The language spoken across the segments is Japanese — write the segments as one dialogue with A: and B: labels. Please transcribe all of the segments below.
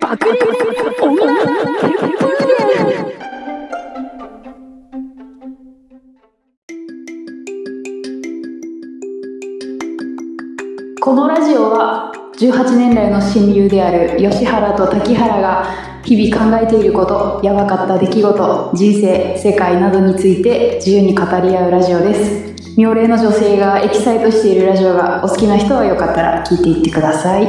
A: 爆裂女結婚
B: このラジオは18年来の親友である吉原と滝原が日々考えていることやばかった出来事人生世界などについて自由に語り合うラジオです妙齢の女性がエキサイトしているラジオがお好きな人はよかったら聞いていってください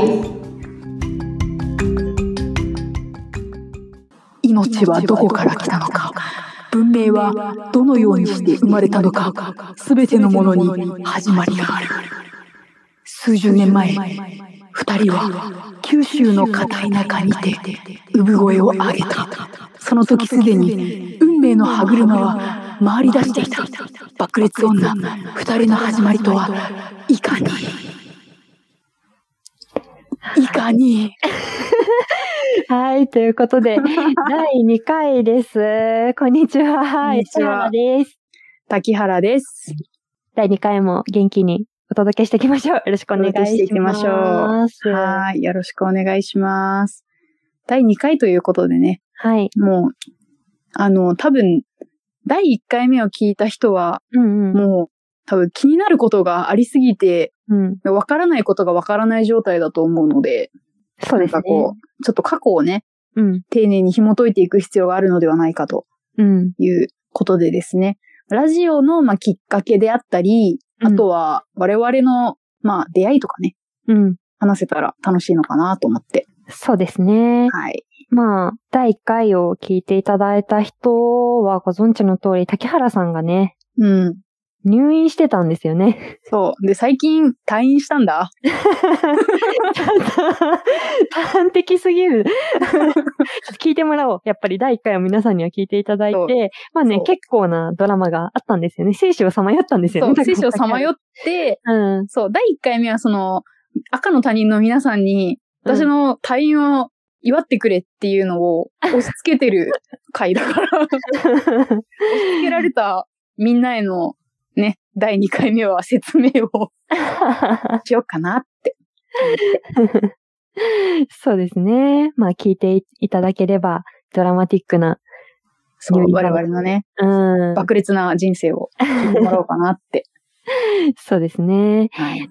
A: 命はどこから来たのか文明はどのようにして生まれたのかすべてのものに始まりがある数十年前二人は九州の片田舎にて産声を上げたその時すでに運命の歯車は回り出していた爆裂女二人の始まりとはいかにいかに
C: はい、というこ とで、第2回です。こんにちは。
B: こんにちは
C: 吉原です。
B: 滝原です
C: 第2回も元気にお届けしていきましょう。よろしくお願いし
B: お
C: ます。
B: 届けしていきましょう
C: は
B: はいよろしくお願いします第2回ということでね
C: い。
B: もうあの多分第1回目を聞いた人は
C: うんうん。
B: もう多分気になることがありすぎて
C: うん、
B: わからないことがわからない状態だと思うので、
C: そうです
B: な
C: ね
B: んか。こう、ちょっと過去をね、
C: うん。
B: 丁寧に紐解いていく必要があるのではないかと
C: うん。
B: いうことでですね、ラジオの、まあ、きっかけであったり、
C: うん
B: あとは我々の、まあ、出会いとかね、
C: うん。
B: 話せたら楽しいのかなと思って。
C: そうですね。
B: はい。
C: まあ、第1回を聞いていただいた人はご存知の通り、竹原さんがね、
B: うん。
C: 入院してたんですよね。
B: そう。で、最近退院したんだ。
C: 端的すぎる。ちょっと聞いてもらおう。やっぱり第1回を皆さんには聞いていただい
B: そう
C: て、まあね
B: そう、
C: 結構なドラマがあったんですよね。生死をさまよったんですよ
B: そ
C: ね。
B: う。聖書をさまよ
C: っ
B: って、
C: た。うん。
B: そう、第1回目はその、赤の他人の皆さんに、私
C: うん
B: の退院を祝ってくれっていうのを押し付けてる回だから、 押し付けられたみんなへのね、第2回目は説明をしようかなって。
C: そうですね。まあ聞いていただければ、ドラマティックな、
B: そう
C: い、や
B: 我々のね、
C: うん。
B: 爆裂な人生を聞いてもらおうかな って。
C: そうですね。
B: はい。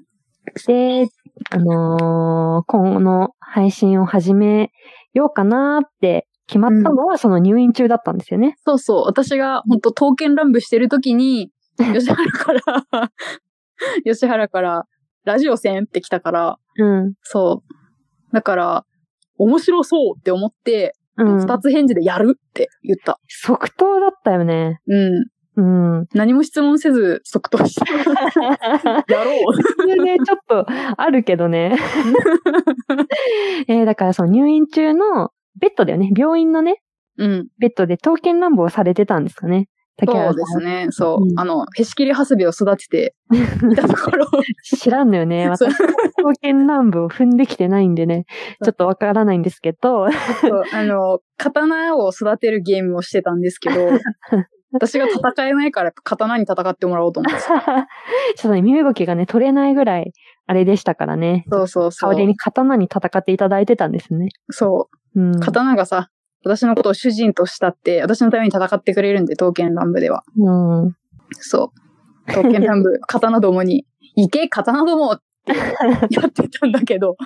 C: で、あのーこの配信を始めようかなって決まったのは、その入院中だったんですよね。
B: そうそう、私が本当刀剣乱舞してる時に、吉原から、 吉原から、ラジオせんって来たから、
C: うん。
B: そう。だから、面白そうって思って、
C: うん。
B: 二つ返事でやるって言った。
C: 即答だったよね。
B: うん。
C: うん。
B: 何も質問せず即答 した。やろう。
C: それね、ちょっとあるけど ね。えーだからその入院中のベッドだよね。病院のね、
B: うん。
C: ベッドで刀剣乱舞をされてたんですかね。竹
B: そ
C: 原
B: うです
C: さん。
B: ね。そう。
C: うん
B: あの、へしきりはすべを育て ていたところ。
C: 知らんのよね。
B: そう
C: 私、刀剣乱舞を踏んできてないんでね。ちょっとわからないんですけど。
B: そうあの、刀を育てるゲームをしてたんですけ ど、私が戦えないから刀に戦ってもらおうと思って。
C: ちょっとね、身動きがね、取れないぐらい、あれでしたからね。
B: そうそうそ
C: 代わり
B: う。
C: に刀に戦っていただいてたんですね。
B: そうう。
C: ん。
B: 刀がさ、私のことを主人としたって、私のために戦ってくれるんで、刀剣乱舞では。
C: うん。
B: そう。刀剣乱 舞、刀どもに、行け、刀どもってやってたんだけど。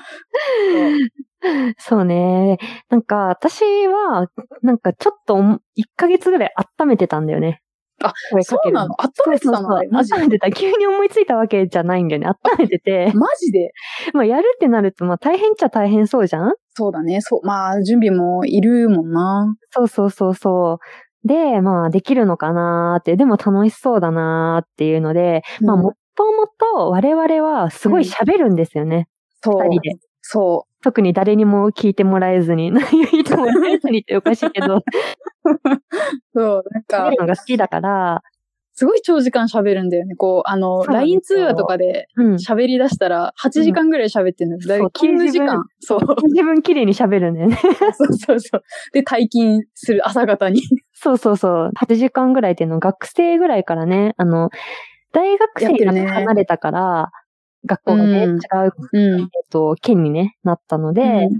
C: そうね。なんか、私は、なんかちょっとおも、1ヶ月ぐらい温めてたんだよね。
B: あ、
C: 声
B: そ
C: かけ
B: う
C: る
B: なの温めてた
C: そうそう
B: のあ
C: そ
B: れマジ
C: う温めてた。急に思いついたわけじゃないんだよね。温めてて。
B: マジで
C: まあ、やるってなると、まあ、大変っちゃ大変そうじゃん
B: そうだね。そう。まあ、準備もいるもんな。
C: そうそうそうそう。で、まあ、できるのかなーって、でも楽しそうだなーっていうので、まあ、
B: うん
C: もともと我々はすごい喋るんですよね。
B: そう
C: 二、。人で。
B: そ
C: 特に誰にも聞いてもらえず に、聞いてもらえずにっておかしいけど、
B: う。そう。なんか
C: 喋る、のが好きだから、
B: すごい長時間喋るんだよね。こう、あの、
C: そうなんです
B: LINE
C: よ
B: 通話とかで
C: うん。
B: 喋り出したら、8時間ぐらい喋ってるのよ。だいぶ勤務時間。そう。
C: 自分綺麗に喋るんだよね。
B: そうそうそう。で、退勤する朝方に。
C: そうそうそう。8時間ぐらいっていうの、学生ぐらいからね、あの、大学生
B: やって
C: か
B: るね
C: ら離れたから、学校がね、
B: うん
C: 違う、
B: う
C: えっ
B: ん。
C: と、県にね、なったので、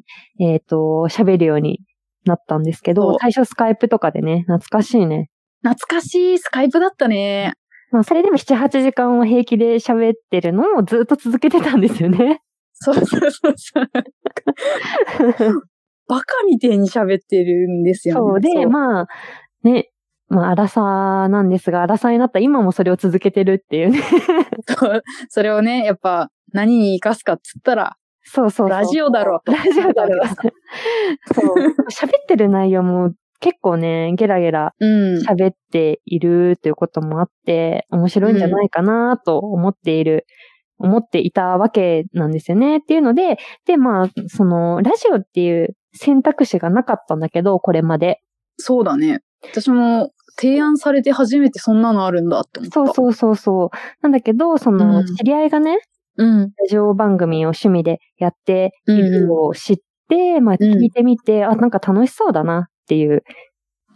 C: えっと、喋るようになったんですけ
B: そう
C: ど、最初スカイプとかでね、懐かしいね。
B: 懐かしいスカイプだったね。
C: まあ、それでも7、8時間は平気で喋ってるのをずっと続けてたんですよね。
B: そうそうそう そう。バカみてえに喋ってるんですよね。
C: そうで、まあ、ね、まあ、荒さなんですが、荒さになった今もそれを続けてるっていうね。
B: そう それをね、やっぱ何に活かすかっつったら、
C: そうそうそう
B: ラジオだろうと
C: ラジオだ ろう。そう。喋ってる内容も結構ね、ゲラゲラ
B: うん。
C: 喋っているということもあって、面白いんじゃないかなと思っている、思っていたわけなんですよねっていうので、で、まあ、その、ラジオっていう選択肢がなかったんだけど、これまで。
B: そうだね。私も提案されて初めてそんなのあるんだって思った。
C: そうそうそうそう。なんだけど、その、
B: うん
C: 知り合いがね、
B: うん。
C: ラジオ番組を趣味でやっているのを知って、まあ、
B: うん
C: 聞いてみて、あ、なんか楽しそうだなっていう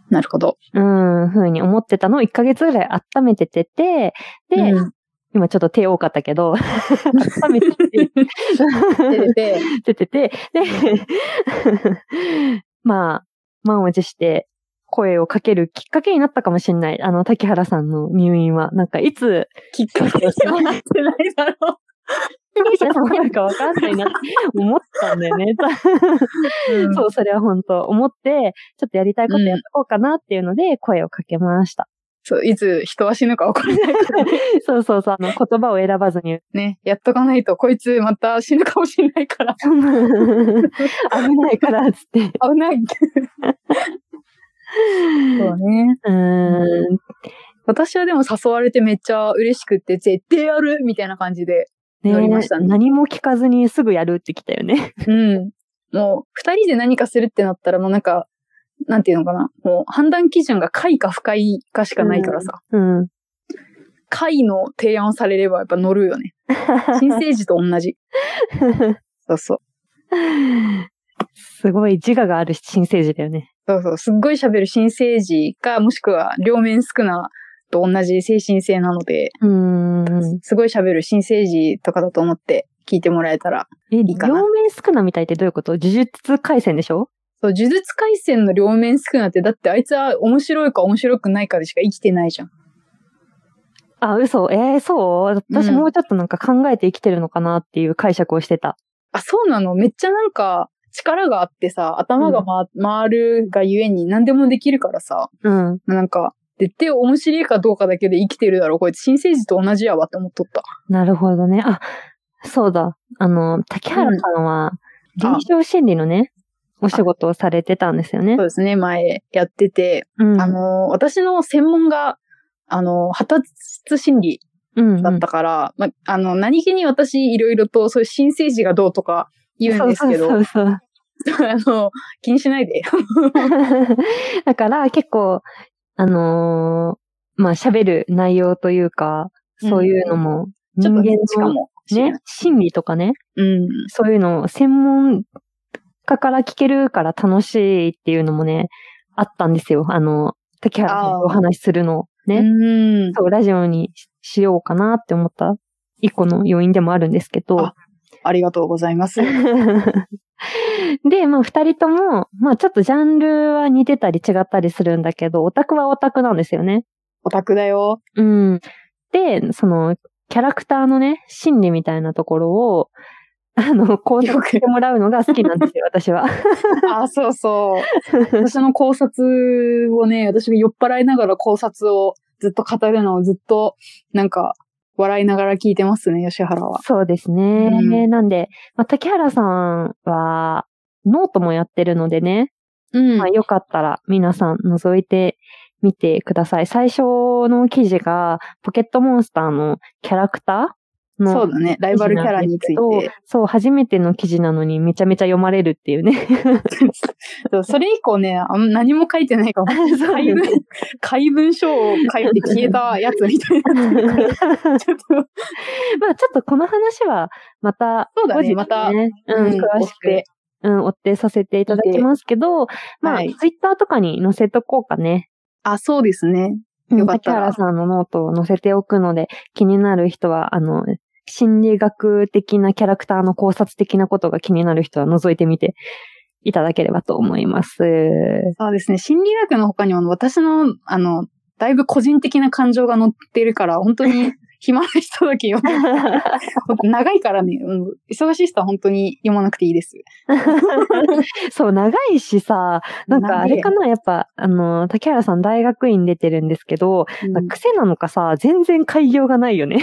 B: なるほ ど。
C: うん、ふうに思ってたのを1ヶ月ぐらい温めててて、で、
B: うん
C: 今ちょっと手多かったけど、温めてて、
B: でで
C: ててて、で、まあ、満を持して声をかけるきっかけになったかもしれない。あの、滝原さんの入院は。なんか、いつ、
B: きっかけになってないだろ
C: 滝原さんなるかわかんないなって思ったんだよね。
B: う。うん
C: そう、それは本当思って、ちょっとやりたいことやっとこうかなっていうので、声をかけました。
B: そう。いつ人は死ぬか分からないから
C: そうそうそう、あの、言葉を選ばずに
B: ね。やっとかないと、こいつまた死ぬかもしれないから。
C: 危ないから、つって。
B: 危ない。そうね。
C: うーん。
B: 私はでも誘われてめっちゃ嬉しくって、絶対やるみたいな感じで。
C: ね
B: 乗りましたね
C: 何も聞かずにすぐやるって来たよね。
B: うん。もう、二人で何かするってなったら、もうなんか、なんていうのかな。もう、判断基準が快か不快かしかないからさ。
C: うん。
B: 快の提案をされればやっぱ乗るよ ね。新生児と同じ。そうそう。
C: すごい自我がある新生児だよね。
B: そうそう。すっごい喋る新生児か、もしくは両面少なと同じ精神性なので、
C: うーん。
B: すごい喋る新生児とかだと思って聞いてもらえたら。
C: え、
B: いかな
C: 両面少なみたいってどういうこと呪術回戦でしょ
B: そう、呪術回戦の両面少なって、だってあいつは面白いか面白くないかでしか生きてないじゃん。
C: あ、嘘。えーそう私
B: うん
C: もうちょっとなんか考えて生きてるのかなっていう解釈をしてた。
B: あ、そうなのめっちゃなんか力があってさ、頭が、ま回るがゆえに何でもできるからさ、
C: うん。
B: なんか、絶対面白いかどうかだけで生きてるだろう。こいつ新生児と同じやわって思っとった。
C: なるほどね。あ、そうだ。あの、竹原さんは、臨床心理のね、お仕事をされてたんですよね
B: そう。ですね、前やってて。
C: うん。
B: あの、私の専門が、あの、発達心理
C: うん、
B: だったから、ま、あの、何気に私いろいろとそういう新生児がどうとか言うんですけど、
C: そうそうそう
B: あの、気にしないで。
C: そう。だから結構、あのーまあ、喋る内容というか、そういうのも、
B: ち
C: 人
B: ょっと
C: 間
B: ね、しか
C: の
B: もしれない。
C: ね、心理とかね、
B: うん。
C: そういうのを専門家から聞けるから楽しいっていうのもね、あったんですよ。あの、竹原さんとお話しするのをね。
B: うん。
C: そう、ラジオにししようかなって思った一個の要因でもあるんですけど
B: あ。ありがとうございます。
C: で、まあ二人とも、まあちょっとジャンルは似てたり違ったりするんだけど、オタクはオタクなんですよね。
B: オタクだよ。
C: うん。で、その、キャラクターのね、心理みたいなところを、あの、考察してもらうのが好きなんですよ、私は。
B: あ、そう そう。私の考察をね、私が酔っ払いながら考察をずっと語るのをずっと、なんか、笑いながら聞いてますね、吉原は。
C: そうですね。
B: うん
C: なんで、まあ、竹原さんは、ノートもやってるのでね、
B: うん
C: まあ、よかったら皆さん覗いてみてください。最初の記事がポケットモンスターのキャラクターの
B: そうだね。ライバルキャラについ
C: 記事なんで
B: て
C: す。けどそう、初めての記事なのにめちゃめちゃ読まれるってい うね。
B: そうそれ以降ね、あん何も書いてないかも。
C: そう
B: 怪 文、怪文書を書いて消えたやつみた いな。ちょっと、
C: まあちょっとこの話はまた、
B: そうだね
C: 後日
B: また
C: うん、詳し
B: 追っ
C: く
B: て、
C: うん、追ってさせていただきますけど、まあ、
B: はい
C: ツイッターとかに載せとこうかね。
B: あ、そうですね。よかった
C: 竹
B: ら
C: 原さんのノートを載せておくので、気になる人は、あの、心理学的なキャラクターの考察的なことが気になる人は覗いてみていただければと思 います。
B: そうですね。心理学の他にも、私の、あの、だいぶ個人的な感情が乗ってるから、本当 に暇な人だけ読む。長いからね、うん忙しい人は本当に読まなくていいです。
C: そう、長いしさ、なんかあれかな、やっぱ、あの、竹原さん大学院出てるんですけど、
B: うん
C: なんか癖なのかさ、全然開業がない よね。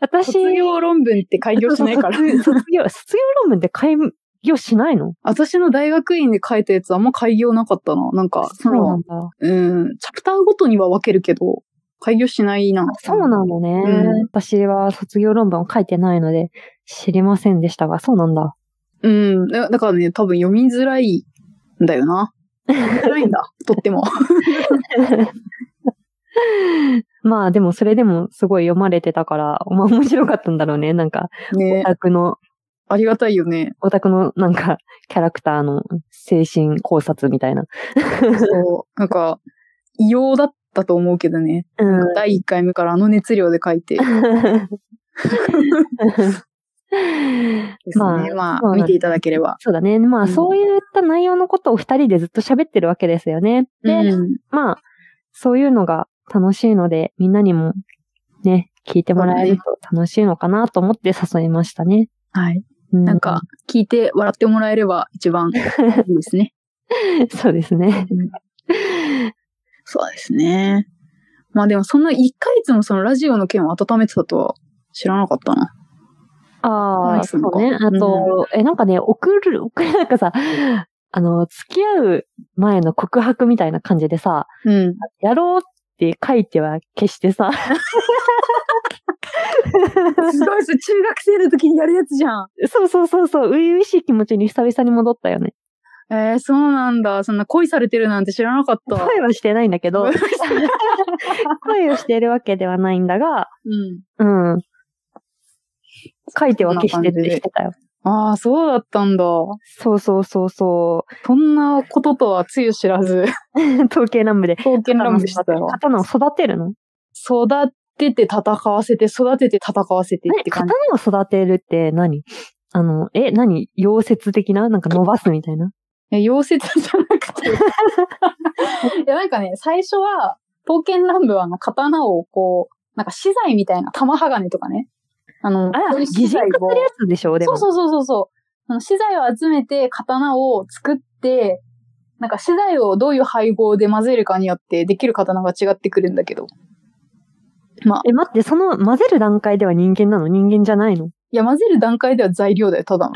C: 私、
B: 卒業論文って開業しないから。
C: そうそう卒卒業、卒業論文で開業しないの
B: 私の大学院で書いたやつあんま開業なかったな。なんか、そ
C: そうな
B: の
C: ん、だ。
B: うん、チャプターごとには分けるけど、開業しないな。
C: そうなんだね、
B: うん
C: 私は卒業論文を書いてないので、知りませんでしたが、そうなんだ。
B: うん。だだからね、多分読みづらいんだよな。読みづらいん だ。とっても。
C: まあでもそれでもすごい読まれてたから、まあ面白かったんだろうね。なんか、オ
B: ね
C: タクの
B: ありがたいよね。
C: オタクのなんか、キャラクターの精神考察みたいな。
B: そう。なんか、異様だったと思うけどね。
C: うん。
B: 第1回目からあの熱量で書いて。ですね。
C: まあ、
B: ま
C: そう
B: あ、
C: なん
B: 見ていただければ。
C: そうだね。ま
B: う
C: あ、
B: ん
C: そういった内容のことを二人でずっと喋ってるわけですよね。で、
B: うん。
C: まあ、そういうのが楽しいので、みんなにもね、聞いてもらえると楽しいのかなと思って誘いましたね。
B: はい。
C: う
B: なんか、、聞いて笑ってもらえれば一番いいです ね。
C: そうですね。
B: そうですね。まあでもそんな1ヶ月もそのラジオの件を温めてたとは知らなかったな。
C: あ
B: う
C: あ、
B: ん
C: そ
B: そうか
C: うね。あと、え、なんかね、送る、送る、なんかさ、あの、付き合う前の告白みたいな感じでさ、
B: うん。
C: やろうって書いては消してさ、
B: すごい、それ中学生の時にやるやつじゃん。
C: そうそうそうそう、初々しい気持ちに久々に戻ったよね。
B: えー、そうなんだ。そんな恋されてるなんて知らなかった。
C: 恋はしてないんだ けど、恋をしているわけではないんだが、
B: うん。
C: うん。書いては消してってしてたよ。
B: ああ、そうだったんだ。
C: そうそうそうそ
B: そんなこととはつゆ知らず、
C: う。統計南部で。
B: 刀剣乱舞してたよ。
C: 刀を育てるの
B: 育てて戦わせて、育てて戦わせてっ
C: え
B: て感
C: 刀
B: じ。
C: を育てるって何あの、え、何溶接的ななんか伸ばすみたいな。
B: いや、溶接じゃなく て。いや、なんかね、最初は、刀剣乱舞はあの、刀をこう、なんか資材みたいな、玉鋼とかね。あの、
C: あ
B: そう
C: ら、
B: いう
C: 擬
B: 資
C: 人化する
B: 材
C: や
B: を。
C: つでしょで
B: そう
C: も。
B: そうそうそうそう。あの資材を集めて、刀を作って、なんか資材をどういう配合で混ぜるかによって、できる刀が違ってくるんだけど。まあ、
C: え、待って、その混ぜる段階では人間なの人間じゃないの
B: いや、混ぜる段階では材料だよ、た だの。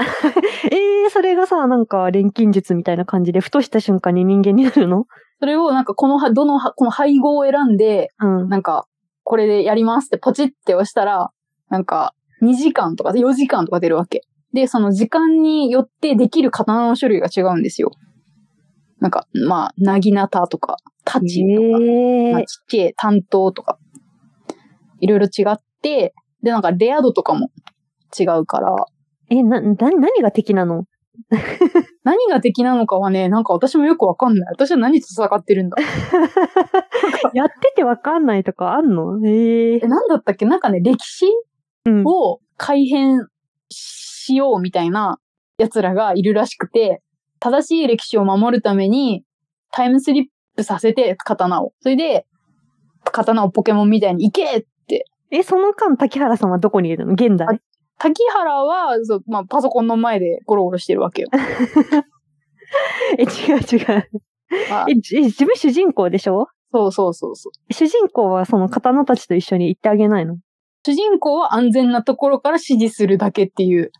C: えー、それがさ、なんか錬金術みたいな感じで、ふとした瞬間に人間になるの
B: それをなんかこのは、どのは、この配合を選んで、
C: うん。
B: なんか、これでやりますってポチって押したら、なんか、2時間とか4時間とか出るわけ。で、その時間によってできる刀の種類が違うんですよ。なんか、まあ、なぎなたとか、太刀とか、
C: え
B: まあ、
C: ー、
B: ちっちゃい担当とか、いろいろ違って、で、なんかレア度とかも違うから、
C: え、な、な、何が敵なの
B: 何が敵なのかはね、なんか私もよくわかんない。私は何と戦って るんだ。
C: やっててわかんないとかあんのええ
B: え、なんだったっけなんかね、歴史
C: うん。
B: を改変しようみたいな奴らがいるらしくて、正しい歴史を守るためにタイムスリップさせて、刀を。それで、刀をポケモンみたいに行けって。
C: え、その間、竹原さんはどこにいるの現代。
B: 滝原は、そうまあ、パソコンの前でゴロゴロしてるわけよ。
C: え、違う違う。
B: まあ
C: え、じ自分主人公でしょ
B: そうそうそうそう。
C: 主人公はその刀たちと一緒に行ってあげないの
B: 主人公は安全なところから指示するだけっていう。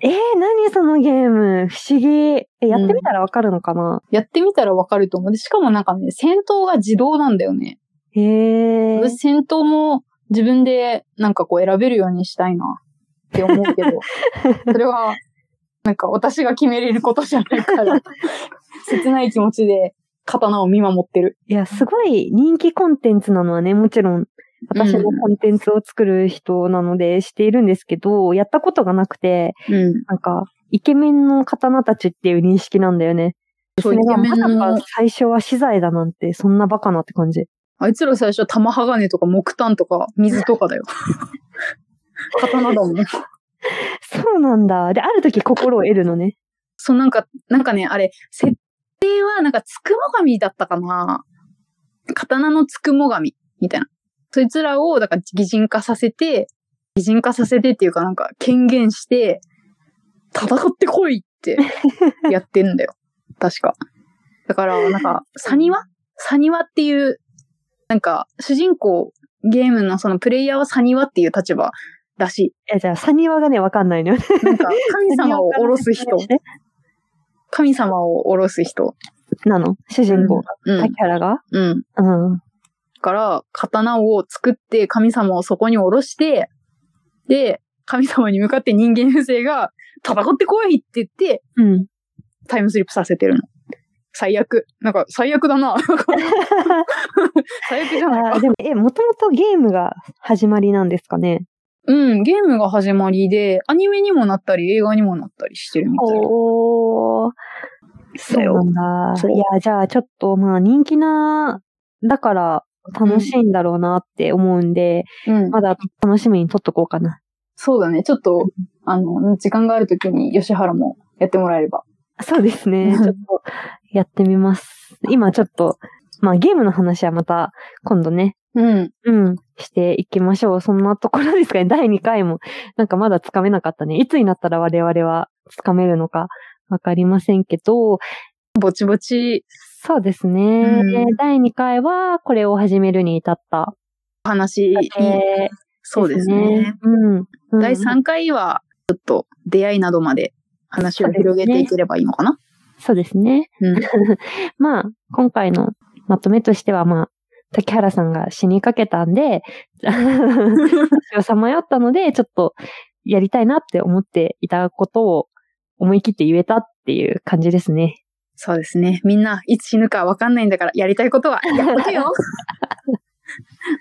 C: えー、何そのゲーム。不思議。え、やってみたらわかるのかな、
B: やってみたらわかると思う。で、しかもなんかね、戦闘が自動なんだよね。
C: えー
B: 私、戦闘も自分でなんかこう選べるようにしたいなって思うけど、 それは、なんか私が決めれることじゃない から、切ない気持ちで刀を見守ってる。
C: いや、すごい人気コンテンツなのはね、もちろん、私もコンテンツを作る人なので、しているんですけど、やったことがなくて、
B: うん。
C: なんか、イケメンの刀たちっていう認識なんだよね。
B: そう、イ
C: それ
B: ケメ
C: がま
B: ン
C: さ
B: の
C: か、最初は資材だなんて、そんなバカなって感じ。
B: あいつら最初は玉鋼とか木炭とか水とか だよ。刀だもん。
C: そうなんだ。で、ある時心を得るのね。
B: そう、なんか、なんかね、あれ、設定は、なんか、つくも神だったかな刀のつくも神、みたいな。そいつらを、だから、擬人化させて、擬人化させてっていうか、なんか、権限して、戦ってこいって、やってんだよ。確か。だから、なんか、サニワサニワっていう、なんか、主人公、ゲームのそのプレイヤーはサニワっていう立場らし
C: え、じゃあ、サニワがね、わかんないのよね。
B: い。なんか、神様を下ろす人。神様を下ろす人。
C: なの主人公が。
B: うん。
C: 竹原が
B: うん。
C: うん。
B: だから、刀を作って、神様をそこに下ろして、で、神様に向かって人間不正が、戦ってこいって言って、
C: うん。
B: タイムスリップさせてるの。最悪。なんか、最悪だ な。最悪じゃない
C: あ
B: か。
C: でも、え、もともとゲームが始まりなんですかね。
B: うん、ゲームが始まりで、アニメにもなったり、映画にもなったりしてるみたいな。
C: おー。
B: そう
C: そうなんだ
B: そ。う
C: いや、じゃあちょっと、まあ人気な、だから楽しいんだろうなって思うんで、
B: うん。
C: まだ楽しみに撮っとこうかな。
B: そうだね。ちょっと、あの、時間があるときに、吉原もやってもらえれば。
C: そうで すね。
B: うん
C: ちょっとやってみます。今ちょっと、まあゲームの話はまた今度ね、
B: うん。
C: うん、していきましょう。そんなところですかね。第2回も、なんかまだつかめなかったね。いつになったら我々はつかめるのかわかりませんけど、
B: ぼちぼち、
C: そうですね。
B: うん
C: 第2回はこれを始めるに至った。
B: お話、
C: えー
B: そうですね。。
C: うん。うん
B: 第3回は、ちょっと出会いなどまで話を広げていければいいのかな。
C: そうですね。
B: うん
C: まあ、今回のまとめとしては、まあ、竹原さんが死にかけたんで、 さまよったので、ちょっとやりたいなって思っていたことを思い切って言えたっていう感じです ね。
B: そうですね。みんないつ死ぬかわかんないんだから、やりたいことは やっとけよ。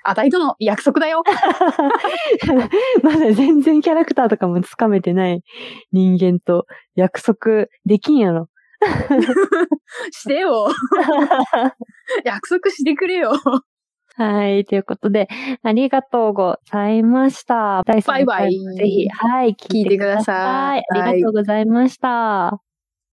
B: あたいとの約束だ よ。
C: まだ全然キャラクターとかもつかめてない人間と約束できんやろ。
B: してよ。 約束してくれよ。
C: はい。ということで、ありがとうございました。第3回も
B: バイバイ
C: ぜひ、はい、聞いてください。
B: 聞いてください
C: ありがとうございました。